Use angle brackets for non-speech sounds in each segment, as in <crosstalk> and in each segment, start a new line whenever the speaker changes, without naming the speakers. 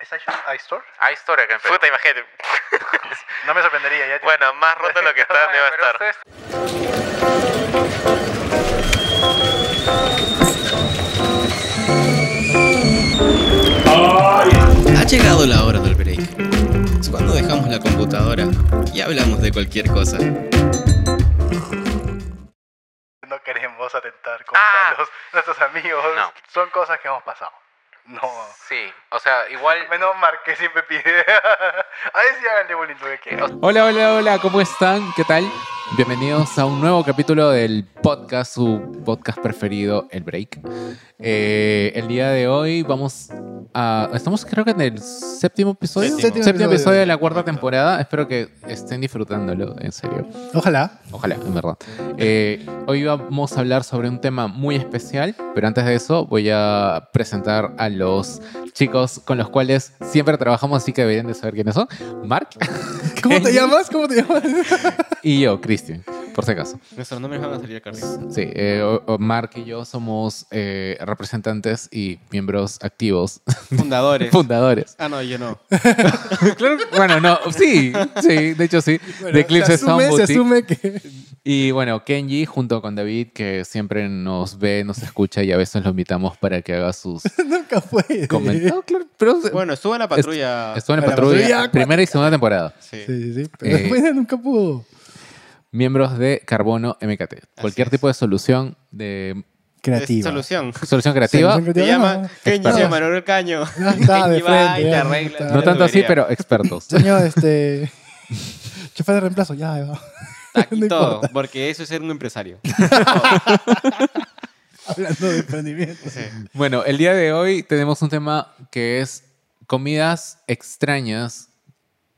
¿Es iShop? Ah, iStore?
iStore acá en Perú.
Puta,
<laughs>
imagínate.
No me sorprendería, ya. tiene-
Bueno, más roto de
<laughs>
lo que está, no
Bueno,
iba a
pero
estar.
ustedes-
Ha llegado la hora del break. Es cuando dejamos la computadora y hablamos de cualquier cosa.
No queremos atentar contra
Ah.
los- nuestros amigos.
No.
Son cosas que hemos pasado. No.
Sí, o sea, igual.
Menos Mark que siempre pide. <laughs> A ver si háganle bullying lo que quieran.
Hola, hola, hola, ¿cómo están? ¿Qué tal? Bienvenidos a un nuevo capítulo del podcast, su podcast preferido, El Break. Eh, el día de hoy vamos a... Estamos creo que en el séptimo episodio.
Séptimo.
episodio,
episodio
de la cuarta temporada. Espero que estén disfrutándolo, en serio.
Ojalá.
Ojalá, en verdad. Eh, hoy vamos a hablar sobre un tema muy especial, pero antes de eso voy a presentar a los chicos con los cuales siempre trabajamos, así que deberían de saber quiénes son. Mark
¿Cómo te
Kenny.
llamas? ¿Cómo te llamas?
y yo, Cristian, por si acaso.
Nuestros nombres van a salir acá arriba.
Sí, eh, o- o Mark y yo somos eh, representantes y miembros activos,
Fundadores.
<laughs> fundadores.
ah, no, yo no.
<laughs> Claro, bueno, no, sí, sí, de hecho sí, de Eclipse
se asume,
Sound
se
Boutique.
asume que <laughs>
Y bueno, Kenji junto con David, que siempre nos ve, nos escucha y a veces lo invitamos para que haga
<laughs>
sus <laughs>
nunca fue.
comentarios. No, claro, pero
Bueno, estuvo en la patrulla.
estuvo en
a
la
la
patrulla
patrulla
primera y segunda temporada.
Sí.
Sí, sí, sí.
Eh,
Pero después nunca pudo.
Miembros de Carbono MKT. Cualquier
es.
tipo de solución de
Es
Creativa.
solución.
solución creativa.
Solución
Te
creativa,
llama
no.
Kenji, se
Expertos.
llama Manuel <laughs> Caño.
Ya está, de
Kenji va y
frente,
te
ya,
arregla.
está.
No tanto así,
Tubería.
pero
<laughs>
expertos.
Señor, este. <laughs> Chofer de reemplazo, ya, ahí va.
Aquí <laughs>
<laughs> No
todo,
importa.
porque eso es ser un empresario.
Hablando de emprendimiento.
Bueno, el día de hoy tenemos un tema que es comidas extrañas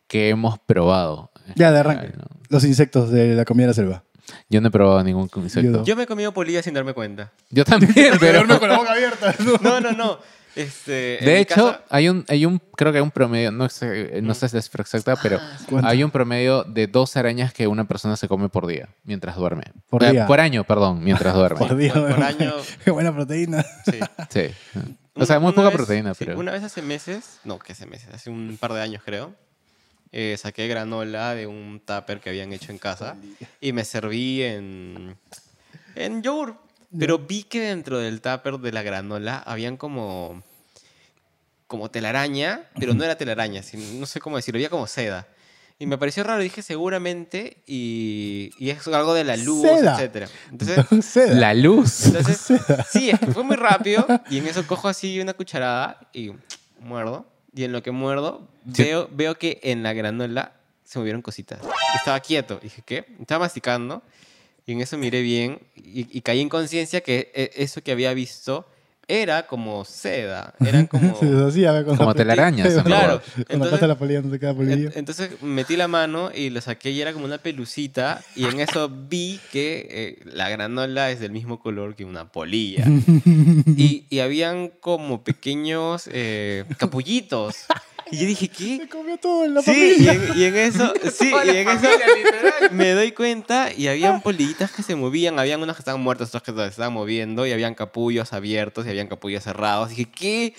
que hemos probado.
Ya, de arranque.
Ay, no.
Los insectos de la comida de la selva.
Yo no he probado ningún insecto.
Yo-
Yo,
Yo me he comido polillas sin darme cuenta.
<laughs> también, pero...
Duerme con la boca abierta.
<laughs> No, no, no. Este, en
De
mi
hecho,
casa-
hay un, hay un, creo que hay un promedio, no sé, no sé si es cifra exacta, pero
¿Cuánto?
hay un promedio de dos arañas que una persona se come por día mientras duerme.
Por
Eh,
día.
Por año, perdón,
<laughs>
mientras duerme.
Por Dios.
por año.
<laughs> Qué buena proteína.
sí.
Sí. O sea, muy
Una
poca
vez-
proteína,
sí,
pero.
Una vez hace meses, no, que hace meses, hace un par de años creo, eh, saqué granola de un tupper que habían hecho en casa y me serví en, en yogur. Pero vi que dentro del tupper de la granola habían como, como telaraña, pero no era telaraña, sin- no sé cómo decirlo, había como seda. Y me pareció raro, dije seguramente, y, y es algo de la luz,
Seda.
etcétera. Entonces,
Seda. <laughs>
La luz.
entonces, sí, es que fue muy rápido y en eso cojo así una cucharada y muerdo. Y en lo que muerdo,
Sí.
veo, veo que en la granola se movieron cositas. Y Estaba quieto. Y Dije, ¿qué? Estaba masticando. Y en eso miré bien y, y caí en conciencia que e- eso que había visto era como seda.
<laughs>
Eran como...
Se deshacía con la
Como telarañas, en
proteína.
Claro.
Con la
Entonces-
pata de la polilla, no te queda polilla.
En- Entonces metí la mano y lo saqué y era como una pelucita y en eso vi que eh, la granola es del mismo color que una
<laughs>
polilla. Y, y habían como pequeños eh, capullitos. Y yo dije, ¿qué?
Se comió todo en la
Sí, y
familia.
en, y en eso, sí, y en eso me doy cuenta y habían polillitas que se movían, habían unas que estaban muertas, otras que se estaban moviendo y habían capullos abiertos y habían capullos cerrados. dije,
<laughs>
¿qué?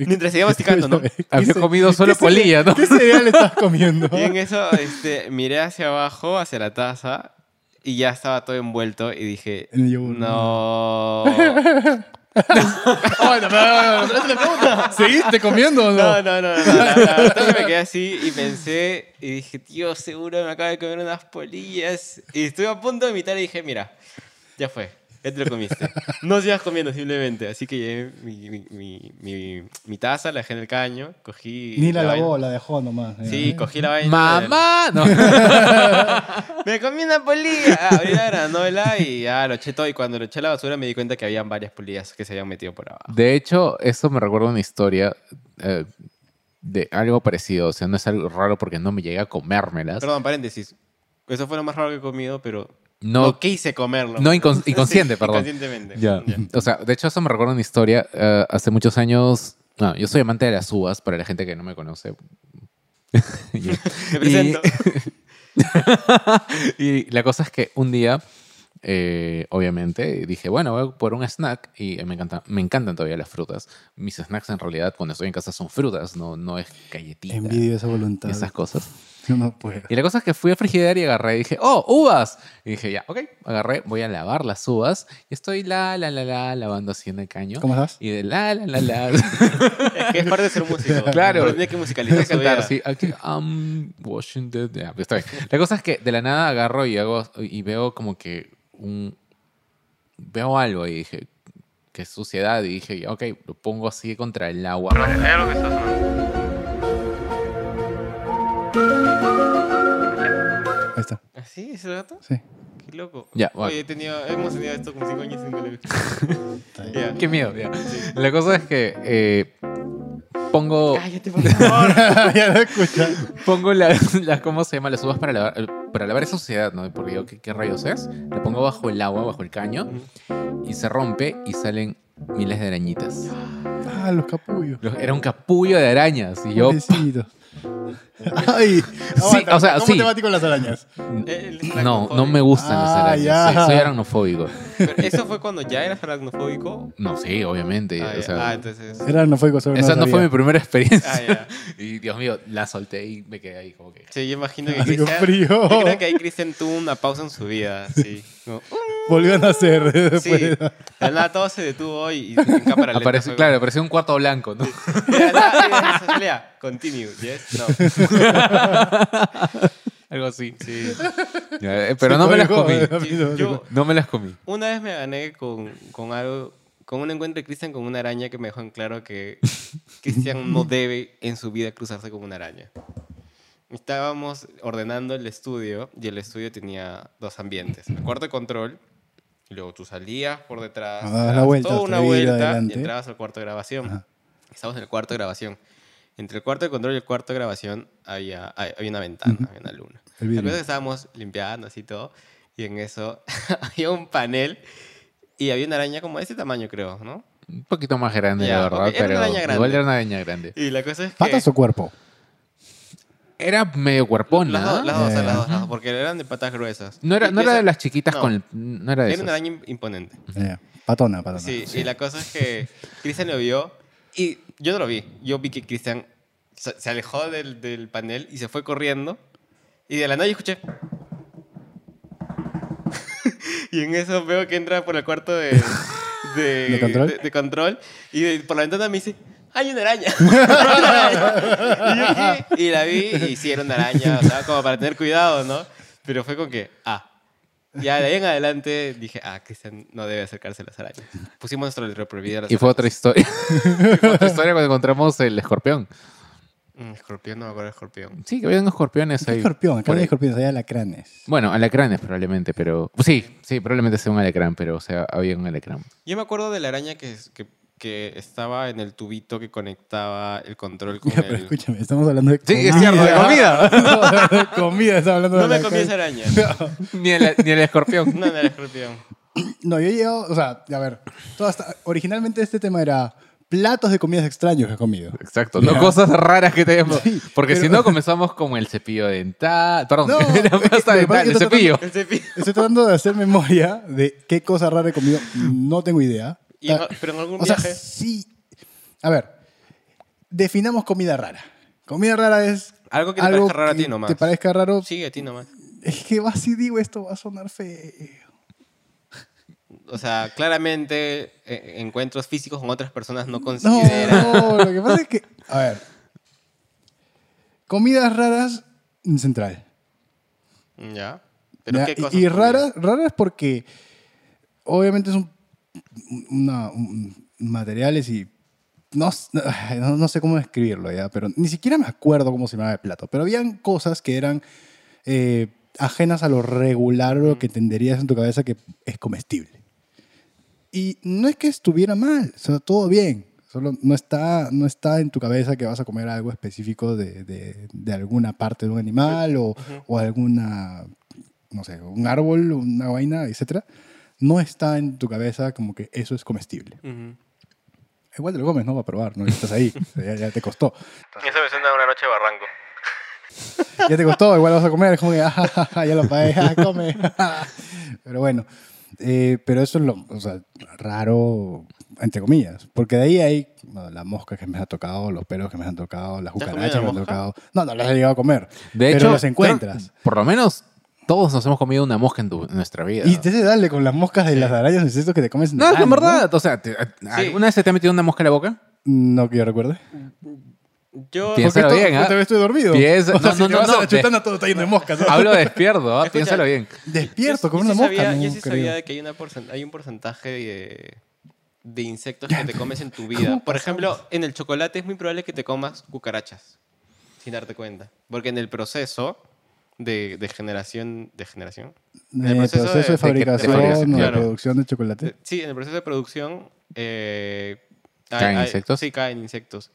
Mientras seguía masticando, ¿no?
Había comido solo polilla, ¿no?
¿Qué cereal estás comiendo? <laughs>
Y en eso este, miré hacia abajo, hacia la taza, y ya estaba todo envuelto y dije,
En el yogur.
no.
Bueno, pero, pero, pero, pero, pregunta. ¿Seguiste comiendo
<laughs>
o
No, no, no,
no?
no, no, no, no. Entonces me quedé así y pensé y dije, tío, seguro me acabo de comer unas polillas. Y estuve a punto de vomitar y dije, mira, ya fue, ya te lo comiste. No sigas comiendo simplemente. Así que llevé mi, mi, mi, mi- mi taza, la dejé en el caño, cogí...
Ni la
vaina-
lavó, la dejó nomás. eh.
Sí, cogí la vaina.
¡Mamá!
<laughs>
No.
Me comí una polilla. Ah, Abrí la granola y ya lo eché todo. Y cuando lo eché a la basura me di cuenta que habían varias polillas que se habían metido por abajo.
De hecho, eso me recuerda una historia eh, de algo parecido. O sea, no es algo raro porque no me llegué a comérmelas.
Perdón, paréntesis. Eso fue lo más raro que he comido, pero
No.
no, quise comerlo.
No, incon-
<laughs>
inconsciente,
Sí,
perdón.
Inconscientemente.
Ya. <laughs> O sea, de hecho, eso me recuerda una historia. eh, hace muchos años. No, yo soy amante de las uvas, para la gente que no me conoce. <laughs> Ya.
Me presento.
Y, y la cosa es que un día eh, obviamente. Y dije, bueno, voy por un snack y me, encanta, me encantan todavía las frutas. Mis snacks en realidad cuando estoy en casa son frutas, no, no es galletitas
Envidio esa voluntad.
y esas cosas.
Yo no puedo.
Y la cosa es que fui a frigidaria y agarré y dije, ¡oh, uvas! Y dije, ya, ok, agarré, voy a lavar las uvas. Y estoy la, la, la, la, lavando así en el caño.
¿Cómo estás?
Y de la, la, la, <laughs> la.
<laughs> Es que es parte de ser músico.
Claro.
Pero tiene que musicalizar su vida.
Claro, sí, aquí, I'm washing the- ya, pues, está bien. La cosa es que de la nada agarro y hago y veo como que un veo algo y dije que es suciedad y dije, ok, lo pongo así contra el agua.
<laughs>
<laughs>
Hay algo que está sonando.
Ahí está.
¿Ah, sí? ¿Ese gato?
Sí.
Qué loco.
Ya, bueno.
Oye, he tenido, hemos tenido esto como 5 años sin teléfono. Ya.
Qué miedo. ya. La cosa es que eh, pongo
Cállate, por favor.
ya lo escuchas.
pongo <laughs> las, las- ¿cómo se llama? Las uvas para lavar, para lavar esa suciedad, ¿no? Porque yo, ¿qué, qué rayos es? Lo pongo bajo el agua, bajo el caño, y se rompe y salen miles de arañitas.
Ah, los capullos.
Los- Era un capullo de arañas y yo...
Pobrecitos. Ay, aguanta,
o sea,
¿cómo
sí.
te va a ti con las arañas?
Él es
No,
aracnofóbico.
no me gustan las
Ah,
arañas.
ya.
Soy- Soy aracnofóbico.
Pero eso fue cuando ya eras aracnofóbico.
No, sí, obviamente.
ah,
o
ya.
sea,
Ah, entonces.
Era no fue cosa
esa no fue mi primera
Ah,
experiencia.
ya.
<laughs> Y Dios mío, la solté y me quedé ahí como que...
Sí, yo imagino que
Así que
Cristian-
frío.
Yo creo que ahí Cristian tuvo una pausa en su vida. Sí.
<laughs>
Como,
Volvió a nacer <laughs> después.
sí. De la nada todo se detuvo hoy y en cámara lenta
<laughs> Aparece,
fue
claro, apareció un cuarto blanco, ¿no?
como, "De la nada, sí, Lea, continue, yes, no.
<laughs> Algo así.
Sí.
Ya, eh, Pero no me las comí.
Sí, Yo
No me las comí.
una vez me gané con, con algo, con un encuentro de Cristian con una araña que me dejó en claro
<laughs>
que Cristian no debe en su vida cruzarse con una araña. Estábamos ordenando el estudio y el estudio tenía dos ambientes. El cuarto de control, y luego tú salías por detrás,
Ah, dabas la
dabas
vuelta,
toda una
te iba
vuelta
adelante.
y entrabas al cuarto de grabación.
Ajá.
Estábamos en el cuarto de grabación. Entre el cuarto de control y el cuarto de grabación había, hay- había una ventana, había una luna. La
El vidrio.
cosa es que estábamos limpiando así todo y en eso <laughs> había un panel y había una araña como de este tamaño, creo, ¿no?
Un poquito más grande,
Ya,
la verdad,
ok, era una
pero
araña grande.
igual era una araña grande.
Y la cosa es que...
¿Patas o cuerpo?
Era medio cuerpona.
Las dos, las dos,
Eh.
las dos, las dos, porque eran de patas gruesas.
No era,
Y
no era
esa-
de las chiquitas
no,
con... el- No era de
Era una
esas.
araña imp- imponente.
Eh, patona, patona.
Sí, y la cosa es que Cristian lo vio y yo no lo vi. Yo vi que Cristian se se alejó del, del panel y se fue corriendo y de la nada yo escuché. <laughs> y en eso veo que entra por el cuarto de, de,
¿De control?
de- de control, y de- por la ventana me dice, hay una
<laughs>
araña. Hay una araña. y, yo dije, y la vi y sí, era una araña, o sea, como para tener cuidado, ¿no? Pero fue con que, ah, ya de ahí en adelante dije, ah, Cristian no debe acercarse a las arañas. Pusimos nuestro letrero prohibido a las
Y fue
arañas.
otra historia. <laughs> Fue otra historia cuando encontramos el escorpión.
Mm, escorpión, no me acuerdo de escorpión.
Sí, que había unos escorpiones
¿Qué
ahí.
escorpión? Acá
por
no hay
ahí.
escorpiones, hay alacranes.
Bueno, alacranes probablemente, pero... Sí, sí, probablemente sea un alacrán, pero o sea, había un alacrán.
Yo me acuerdo de la araña que, que, que estaba en el tubito que conectaba el control con
<laughs> Ya, pero
el...
escúchame, estamos hablando de
Sí,
comida.
es cierto, de
<laughs>
comida.
Estamos hablando de comida, estamos hablando de
No me
alacranes.
comí esa
<laughs>
araña.
ni, el, ni el escorpión.
No, no era escorpión.
No, yo he llegado, o sea, a ver, todo hasta- originalmente este tema era platos de comidas extraños que he comido.
Exacto, no cosas raras que tenemos.
Sí,
Porque si
pero-
no, comenzamos con el cepillo dental. Perdón,
No, es
<laughs>
que
la
lo que
pasta
pasa es
dental,
que
el
está
cepillo.
El cepillo.
Estoy tratando de hacer memoria de qué cosa rara he comido, no tengo idea.
Y en- pero en algún
Ah, O sea,
viaje...
sí. A ver, definamos comida rara. Comida rara es.
Algo que te parezca raro a ti
que
nomás.
Te parezca raro.
Sí, a ti nomás.
Es que va, si digo esto, va a sonar feo.
O sea, claramente eh, encuentros físicos con otras personas no
No,
consideran...
no, lo que pasa es que. A ver. Comidas raras en central.
¿Ya? Pero
Ya,
¿qué
y-
cosas
y
comías?
raras, raras porque obviamente son una- un- materiales y no, s- no, no sé cómo describirlo ya, pero ni siquiera me acuerdo cómo se llamaba el plato, pero habían cosas que eran eh, ajenas a lo regular o lo que entenderías en tu cabeza que es comestible. Y no es que estuviera mal, o sea, todo bien. Solo no está, no está en tu cabeza que vas a comer algo específico de, de- de alguna parte de un animal o, o alguna, no sé, un árbol, una vaina, etc. No está en tu cabeza como que eso es comestible.
Ujú.
Igual te lo comes, no va a probar, no estás ahí, o sea, <laughs> ya, ya te costó.
Esa me suena a una noche de barranco.
<laughs> Ya te costó, igual vas a comer. Es como que, ah, ja, ja, ya lo pagué, ah, come. <laughs> Pero bueno, eh, pero eso es lo o sea, raro, entre comillas. Porque de ahí hay bueno, las moscas que me ha tocado, los pelos que me han tocado, las
¿Te has
cucarachas que me
comido
han
una
tocado. No, no las he llegado a comer.
De
pero
hecho,
las encuentras.
creo- por lo menos todos nos hemos comido una mosca en, tu- en nuestra vida.
Y te hace darle con las moscas de las arañas insectos que te comes. en
No,
el
es que en
ano,
verdad. O sea, te- ¿alguna vez se te ha metido una mosca en la <laughs> boca?
No No que yo recuerde.
Yo,
Piensa- Piénsalo
Porque esto-
bien, ¿ah?
yo también estoy dormido.
Piensa-
O sea,
no,
si
no,
te
no,
vas a
no,
la chutana, todo está lleno de moscas. ¿no?
Hablo despierto, ¿ah?
Escucha.
piénsalo bien.
Despierto,
yo-
con
yo
una
sí
mosca.
sabía- yo
no,
sí
creo.
sabía de que hay, una porcent- hay un porcentaje de, de insectos que te comes en tu vida. Por ejemplo, en el chocolate es muy probable que te comas cucarachas sin darte cuenta. Porque en el proceso de, de generación... ¿De generación? En
Eh, proceso, de, fabricación,
de
o
fabricación,
de
claro.
producción de chocolate.
de- sí, en el proceso de producción... eh, hay-
¿Caen
hay-
insectos?
Sí, caen insectos.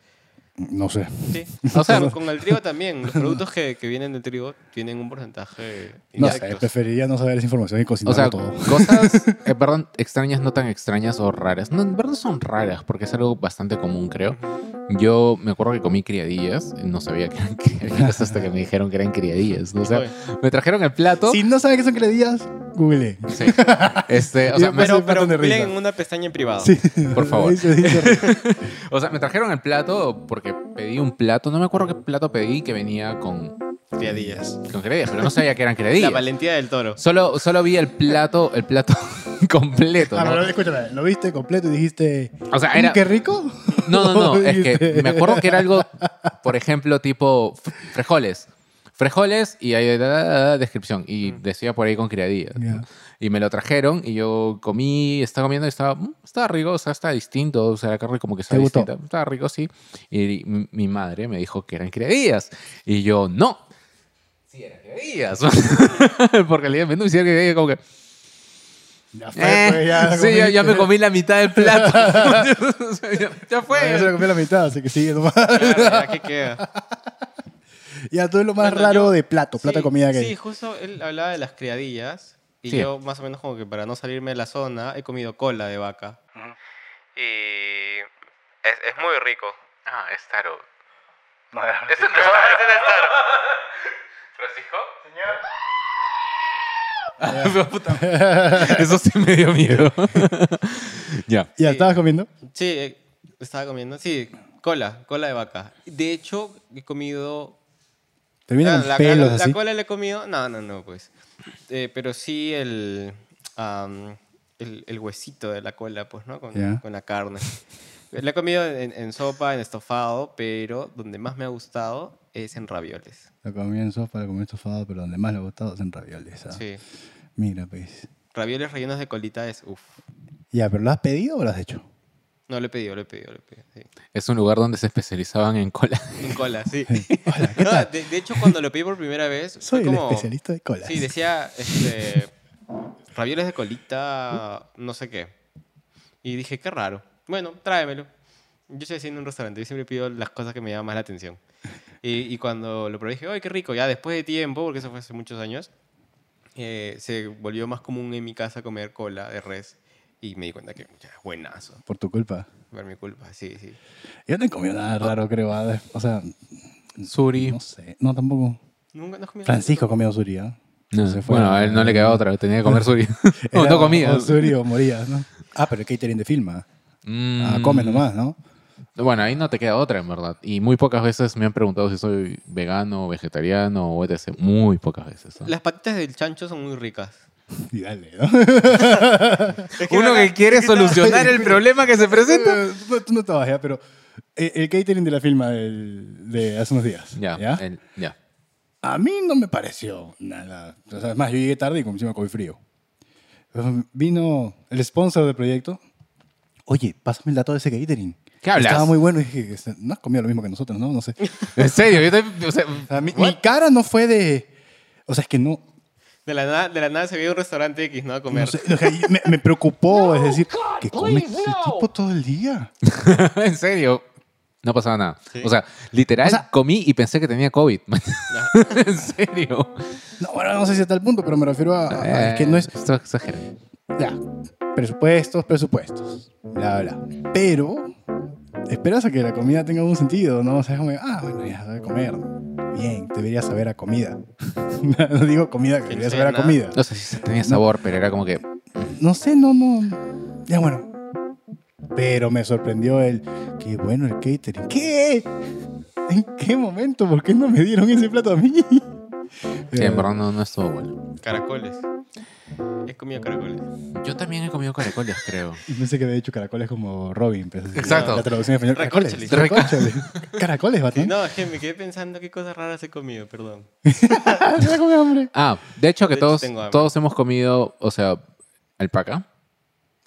No sé. <laughs>
Sí.
O sea,
Con- con el trigo también. Los productos que, que vienen del trigo tienen un porcentaje
No
insectos.
sé, preferiría no saber esa información y
O
cocinarlo
sea,
todo.
<laughs> cosas, eh, perdón, extrañas, no tan extrañas o raras. No, en verdad son raras porque es algo bastante común, creo. Yo me acuerdo que comí criadillas, no sabía que eran <laughs> criadillas hasta que me dijeron que eran criadillas. ¿no? O sea,
Oye.
me trajeron el plato.
Si no saben qué son creadillas, google.
Sí. Este, o,
Y <laughs>
sea, me,
después-
Pero,
un
pero
montón de
miren
risas.
una pestaña en privado.
Por favor.
<laughs> Ahí se
<laughs>
dice-
o sea, me trajeron el plato porque pedí un plato, no me acuerdo qué plato pedí que venía con,
Criadillas.
con criadillas, pero no sabía que eran
La
criadillas.
valentía del
<laughs>
toro.
Solo, solo vi el plato, el plato <laughs> completo.
Ah,
¿no?
pero escúchame, lo viste completo y dijiste,
O sea,
"Mm,
era-
qué rico.
No, no,
<laughs>
no.
¿O
es que
dijiste?
me acuerdo que era algo, por ejemplo, tipo fr- frijoles. Frijoles y ahí da, da, da, da, descripción. Y decía por ahí con criadillas.
Ya.
Y me lo trajeron y yo comí, estaba comiendo y estaba, mm, estaba rico, o sea, estaba distinto. O sea, la carne como que estaba
¿Te gustó?
distinta. Estaba rico, sí. Y mi, mi madre me dijo que eran criadillas. Y yo, no. Sí, eran criadillas. <laughs> Porque le dije, menú, hicieron criadillas como que.
Ya fue,
"Eh,
pues, ya lo
sí, ya,
<laughs>
ya me
comiste".
comí la mitad del
<laughs>
plato. <laughs> ya, ya fue.
Ah, Yo se lo comí a la mitad, así que sigue nomás.
Claro, ya, ¿qué queda?
Ya todo lo más
Bueno,
raro
yo-
de plato, plato
Sí,
de comida que
Sí,
hay.
justo él hablaba de las criadillas. Y
Sí.
yo, más o menos, como que para no salirme de la zona, he comido cola de vaca.
Y es, es muy rico. Ah, es taro.
No, era-
Ese no, ese no es taro. ¿Francisco?
<laughs> Eso sí me dio miedo. <laughs> ya.
¿Ya
sí.
estabas comiendo?
Sí, eh, estaba comiendo. Sí, cola, cola de vaca. De hecho, he comido.
Te viene
Ah,
con
la,
pelos
la- la
así.
cola la he comido. No, no, no, pues. Eh, pero sí el, am, el. el huesito de la cola, pues, ¿no? Con,
Ya.
con la carne. La he comido en, en sopa, en estofado, pero donde más me ha gustado es en ravioles.
Lo comí en sopa, lo comí estofado, pero donde más le ha gustado es en ravioles. ¿ah?
Sí.
Mira, pues.
Ravioles rellenos de colita es uff.
Ya, pero ¿lo has pedido o lo has hecho?
No lo he pedido, lo he pedido, lo he pedido. sí.
Es un lugar donde se especializaban en
<laughs>
cola.
En cola, sí.
Hola, ¿qué
No,
tal?
de, de hecho, cuando lo pedí por primera vez. fue
Soy el
como-
especialista de colas.
Sí, decía este, ravioles de colita, no sé qué. Y dije, qué raro. Bueno, tráemelo. Yo estoy haciendo un restaurante, yo siempre pido las cosas que me llaman más la atención. Y, y cuando lo probé dije, ¡ay, qué rico! Ya después de tiempo, porque eso fue hace muchos años, eh, se volvió más común en mi casa comer cola de res. Y me di cuenta que ya, es buenazo.
Por tu culpa.
Por mi culpa, sí, sí.
Yo no he comido nada raro, creo. ah, O sea,
Suri.
no sé. No, tampoco.
Nunca no has comido
Francisco ha comido suri, ¿ah?
No,
Se fue.
bueno, a él no le quedaba otra. Tenía que
<laughs>
comer suri. no,
Era
<laughs> no comía.
o suri o moría, ¿no? Ah, pero el catering de filma.
Mm,
Ah, come nomás, ¿no?
Bueno, ahí no te queda otra, en verdad. Y muy pocas veces me han preguntado si soy vegano, vegetariano o etc. Muy pocas veces. ¿ah? ¿no?
Las patitas del chancho son muy ricas.
Y dale, ¿no?
Uno que quiere solucionar
<laughs>
el problema que se presenta.
Eh, tú, tú no te vas, ya, pero eh, el catering de la filma del- de hace unos días.
Ya,
¿ya?
el- ya.
A mí no me pareció nada. O sea, además, yo llegué tarde y como encima comí frío. Um, Vino el sponsor del proyecto. Oye, pásame el dato de ese catering.
¿Qué hablas?
Estaba muy bueno. Y dije, "Este, no has comido lo mismo que nosotros, ¿no? No sé.
En serio, yo te- o sea,
O sea, mi, mi cara no fue de... O sea, es que no...
De la nada, de la nada se veía un restaurante X, ¿no? A comer.
no sé, o sea, y me, me preocupó, es decir, que come ese tipo todo el día.
<laughs> en serio. No pasaba nada. O sea, literal, comí y pensé que tenía COVID. <laughs> en serio.
No, ahora no sé si hasta el punto, pero me refiero a, a-
Eh.
a- Ah, es que no es...
Esto exagerado.
Ya, presupuestos, presupuestos. Bla, bla. Pero esperas a que la comida tenga algún sentido, ¿no? O sea, es como, ah, bueno, ya sabe comer. Bien, debería saber a comida. <laughs> no digo comida, que debería saber a
Quincena.
comida.
No sé si tenía sabor, pero era como que.
No sé, no, no. Ya bueno. Pero me sorprendió el. Qué bueno el catering. ¿Qué? ¿En qué momento? ¿Por qué no me dieron ese plato a mí?
Sí,
Eh,
en verdad no, no estuvo bueno.
Caracoles. He comido caracoles.
Yo también he comido caracoles, creo.
y Pensé que había hecho caracoles como Robin. pero es
Exacto.
La traducción en español. Caracoles.
Recóchales.
Recóchales. Caracoles,
Sí,
Batman.
no, es que me quedé pensando qué cosas raras he comido, perdón.
<laughs>
Ah, ya comí hambre.
Ah, de hecho que
De hecho,
todos,
tengo hambre.
todos hemos comido, o sea, alpaca.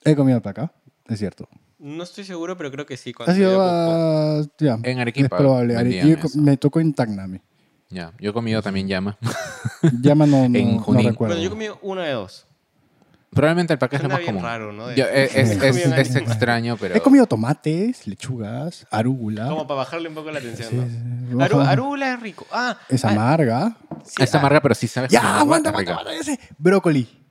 He comido acá. Es cierto.
No estoy seguro, pero creo que sí. Cuando
Ha sido
fui a Cusco.
a... ya,
En Arequipa
Es probable. Are-
vendían
yo co-
eso.
me tocó en Tacna. a mí.
Ya, yo he comido también llama. <laughs>
Llama no, no,
En
no
Junín.
recuerdo.
Bueno, yo comí una de dos.
Probablemente alpaca es lo
Suena
más
bien
común.
raro, ¿no?
Yo-
<laughs>
eh, es, es-
He
es-
comido
es
algo.
extraño, pero...
He comido tomates, lechugas, arúgula.
Como para bajarle un poco la atención,
¿Ah? Sí,
¿no?
sí, sí.
Aru-
Baja-
arúgula es rico. Ah,
Es
ah,
amarga.
sí,
Esa
ah,
amarga, pero sí sabes
Ya,
comerla,
aguanta,
está
aguanta,
rica.
aguanta ese. Brócoli.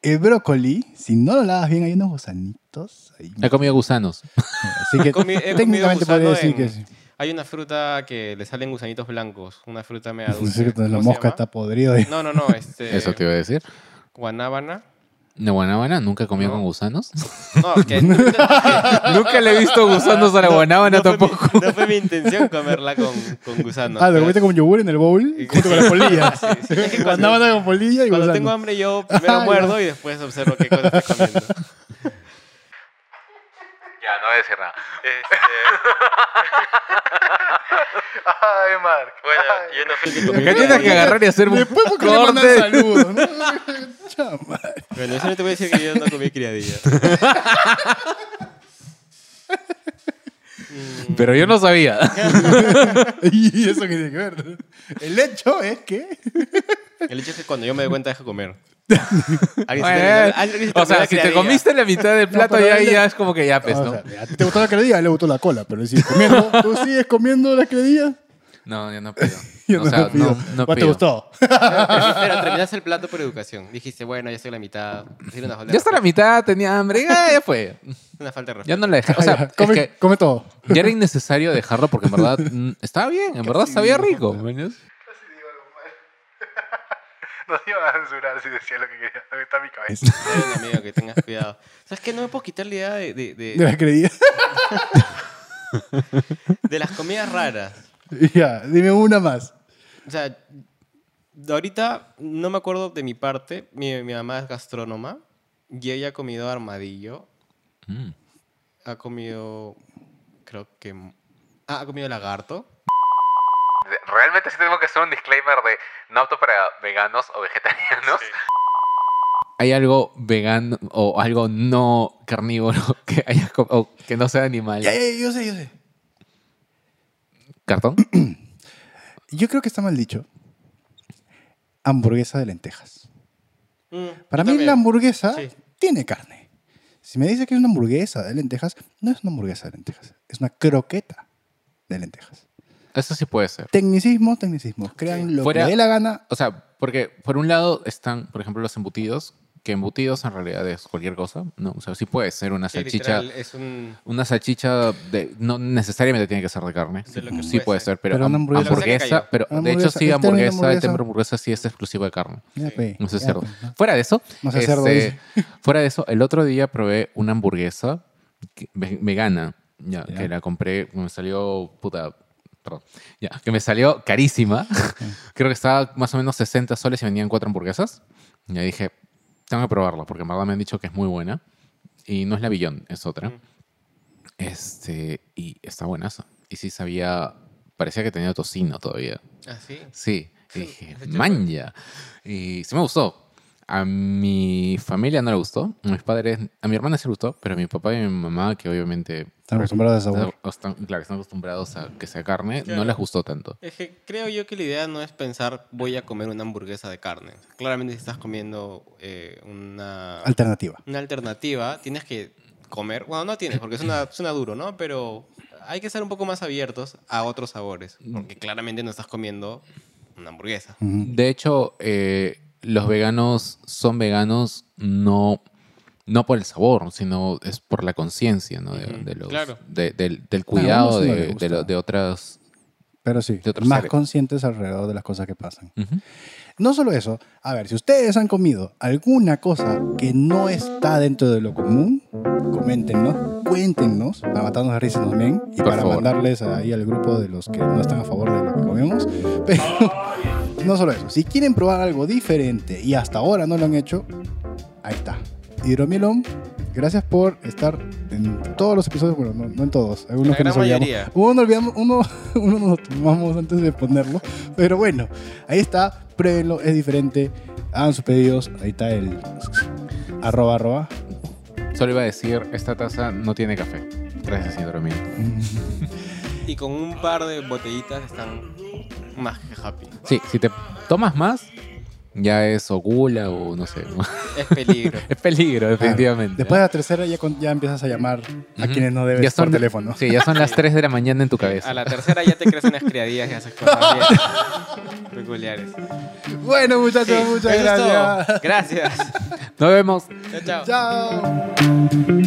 El brócoli, si no lo lavas bien, hay unos gusanitos ahí.
He comido gusanos.
Así que
he comi- he comido
técnicamente
gusano
podría decir
en-
que sí.
Hay una fruta que le salen gusanitos blancos. Una fruta media
<laughs> Pues Es
dulce.
cierto, la
¿Cómo se
mosca
llama?
está podrida. de-
No, no, no. Este,
<laughs> Eso te iba a decir.
Guanábana.
No, guanábana, nunca he comido
No.
con gusanos.
No, que <laughs> no,
<laughs> nunca le he visto gusanos a la guanábana
fue mi- <laughs>
tampoco.
no fue mi intención comerla con, con gusanos.
ah, lo
pero-
comiste con yogur en el bowl
Y-
junto con las
<laughs>
polillas.
Sí, sí. Es que cuando-
Guanábana con polilla y
Cuando tengo
<laughs> gusano.
hambre
<laughs>
yo primero
Ay,
muerdo y después observo qué cosa estoy comiendo.
Ya, no voy a decir nada.
Ay, Mark.
Bueno,
Ay.
<laughs> yo no fui el que
Acá
comí.
tienes que agarrar y hacer un
Después Pues, porque le mandan
corte.
saludos. ¿no? <laughs> Chama.
Bueno, yo no te voy a decir que yo no comí criadilla.
Pero yo no sabía.
y eso que tiene que ver. El hecho es que.
El hecho es que cuando yo me doy cuenta deja
<laughs>
comer. Alguien se terminó- alguien
Bueno, eh,
se
o
terminó
sea,
la
si te
criadilla.
comiste la mitad del plato,
pero
ya,
él-
ya es como que ya pues,
O
¿no?
sea, a ti te gustó la credilla, a él le gustó la cola, pero
<laughs>
sigues comiendo. ¿Tú sigues comiendo las credillas?
No, yo no pido.
Yo
o sea,
lo pido.
no, no
¿Cuál te
pido.
gustó?
Pero terminaste el plato por educación. Dijiste, bueno, ya estoy a la mitad. Decir una falta de
Ya hasta la
respeto.
mitad tenía hambre, ya, ya fue.
Una falta de respeto.
Ya no la dejé. O
<laughs>
sea, es
come,
que
come todo.
ya era innecesario dejarlo porque en verdad mm, estaba bien, en verdad sabía rico. ¿ves?
Casi digo algo mal. Nos iban a censurar si decía lo que quería. Está en mi cabeza.
Ay, amigo, que tengas cuidado. ¿Sabes qué? No me puedo quitar la idea de, de,
<laughs>
de-
De las <laughs> credillas.
de las comidas raras.
ya, dime una más.
O sea, ahorita no me acuerdo de mi parte. Mi, mi mamá es gastrónoma y ella ha comido armadillo.
Mm.
Ha comido. Creo que. Ah, ha comido lagarto.
Realmente sí tenemos que hacer un disclaimer de no apto para veganos o vegetarianos.
¿Hay algo vegano o algo no carnívoro <laughs> que hayas com- o que no sea animal?
Ya, ya, ya, yo sé, yo sé.
¿Cartón?
Yo creo que está mal dicho. Hamburguesa de lentejas.
Mm,
Para
yo
mí
también.
la hamburguesa
Sí.
tiene carne. Si me dice que es una hamburguesa de lentejas, no es una hamburguesa de lentejas. Es una croqueta de lentejas.
Eso sí puede ser.
Tecnicismo, tecnicismo. Crean lo
Fuera-
que dé la gana.
O sea, porque por un lado están, por ejemplo, los embutidos, que embutidos en realidad es cualquier cosa, ¿no? O sea, sí puede ser una
Sí,
salchicha.
literal, es un.
Una salchicha de, no necesariamente tiene que ser de carne.
De lo que
sí
puede
puede
ser.
ser, pero,
Pero una
ham-
hamburguesa-
hamburguesa,
Hamburguesa
pero
cayó.
de hecho sí,
Hamburguesa, el
hamburguesa,
término
el
hamburguesa.
término hamburguesa sí es exclusivo de carne.
Ya, pe,
No sé
ya,
cerdo.
pe, ¿no?
Fuera de eso,
No sé cerdo,
este, <laughs> fuera de eso, el otro día probé una hamburguesa que- ve- vegana, ya,
Ya.
que la compré, me salió puta, perdón, ya, que me salió
<laughs>
carísima. <laughs> Creo que estaba más o menos 60 soles y venían cuatro hamburguesas. Y ahí dije, tengo que probarla porque en verdad me han dicho que es muy buena y no es la Billón, es otra. Este, y está buenaza. Y sí sabía, parecía que tenía tocino todavía.
Ah, sí.
Sí. Y dije,
Ese chico.
manja. Y sí me gustó. A mi familia no le gustó. A mis padres, a mi hermana sí le gustó, pero a mi papá y a mi mamá, que obviamente
Están acostumbrados a
está-
sabor.
están, claro, están acostumbrados a que sea carne,
Claro.
no les gustó tanto.
Es que creo yo que la idea no es pensar voy a comer una hamburguesa de carne. Claramente si estás comiendo eh, una,
Alternativa.
una alternativa, tienes que comer. Bueno, no tienes porque
<laughs>
suena, suena duro, ¿no? Pero hay que ser un poco más abiertos a otros sabores. Porque claramente no estás comiendo una hamburguesa.
Ujú.
De hecho, eh, los veganos son veganos no no por el sabor, sino es por la conciencia, ¿no? De,
Ujú,
de los-
claro.
de- del, del
a
cuidado
uno sí no le
de, de
gusta.
lo- de otras...
Pero sí,
De otros
más
seres.
conscientes alrededor de las cosas que pasan.
Ujú.
No solo eso, a ver, si ustedes han comido alguna cosa que no está dentro de lo común, coméntenos, cuéntenos, para matarnos de risa también, y
Por
para
favor.
mandarles ahí al grupo de los que no están a favor de lo que comemos. <laughs> Pero no solo eso, si quieren probar algo diferente y hasta ahora no lo han hecho, ahí está. Hidromielón, gracias por estar en todos los episodios, bueno, no, no en todos, algunos
La
que nos
gran
olvidamos.
mayoría.
Uno, olvidamos, uno, <laughs> uno nos tomamos antes de ponerlo, pero bueno, ahí está, pruébenlo, es diferente, hagan sus pedidos, ahí está el arroba arroba.
Solo iba a decir, esta taza no tiene café. Gracias, señor mío.
Y con un par de botellitas están más que happy.
Sí, si te tomas más, ya es o gula o no <laughs> sé.
Es peligro.
es peligro, definitivamente.
Después de la tercera ya, con- ya empiezas a llamar a quienes no debes por teléfono.
Sí, ya son las 3 de la mañana en tu cabeza.
A la tercera ya te crecen las criadillas y haces cosas bien
<laughs>
peculiares.
Bueno muchachos,
Sí,
muchas
eso es todo.
<laughs>
gracias.
Gracias.
Nos vemos.
Chao, chao.
Chao.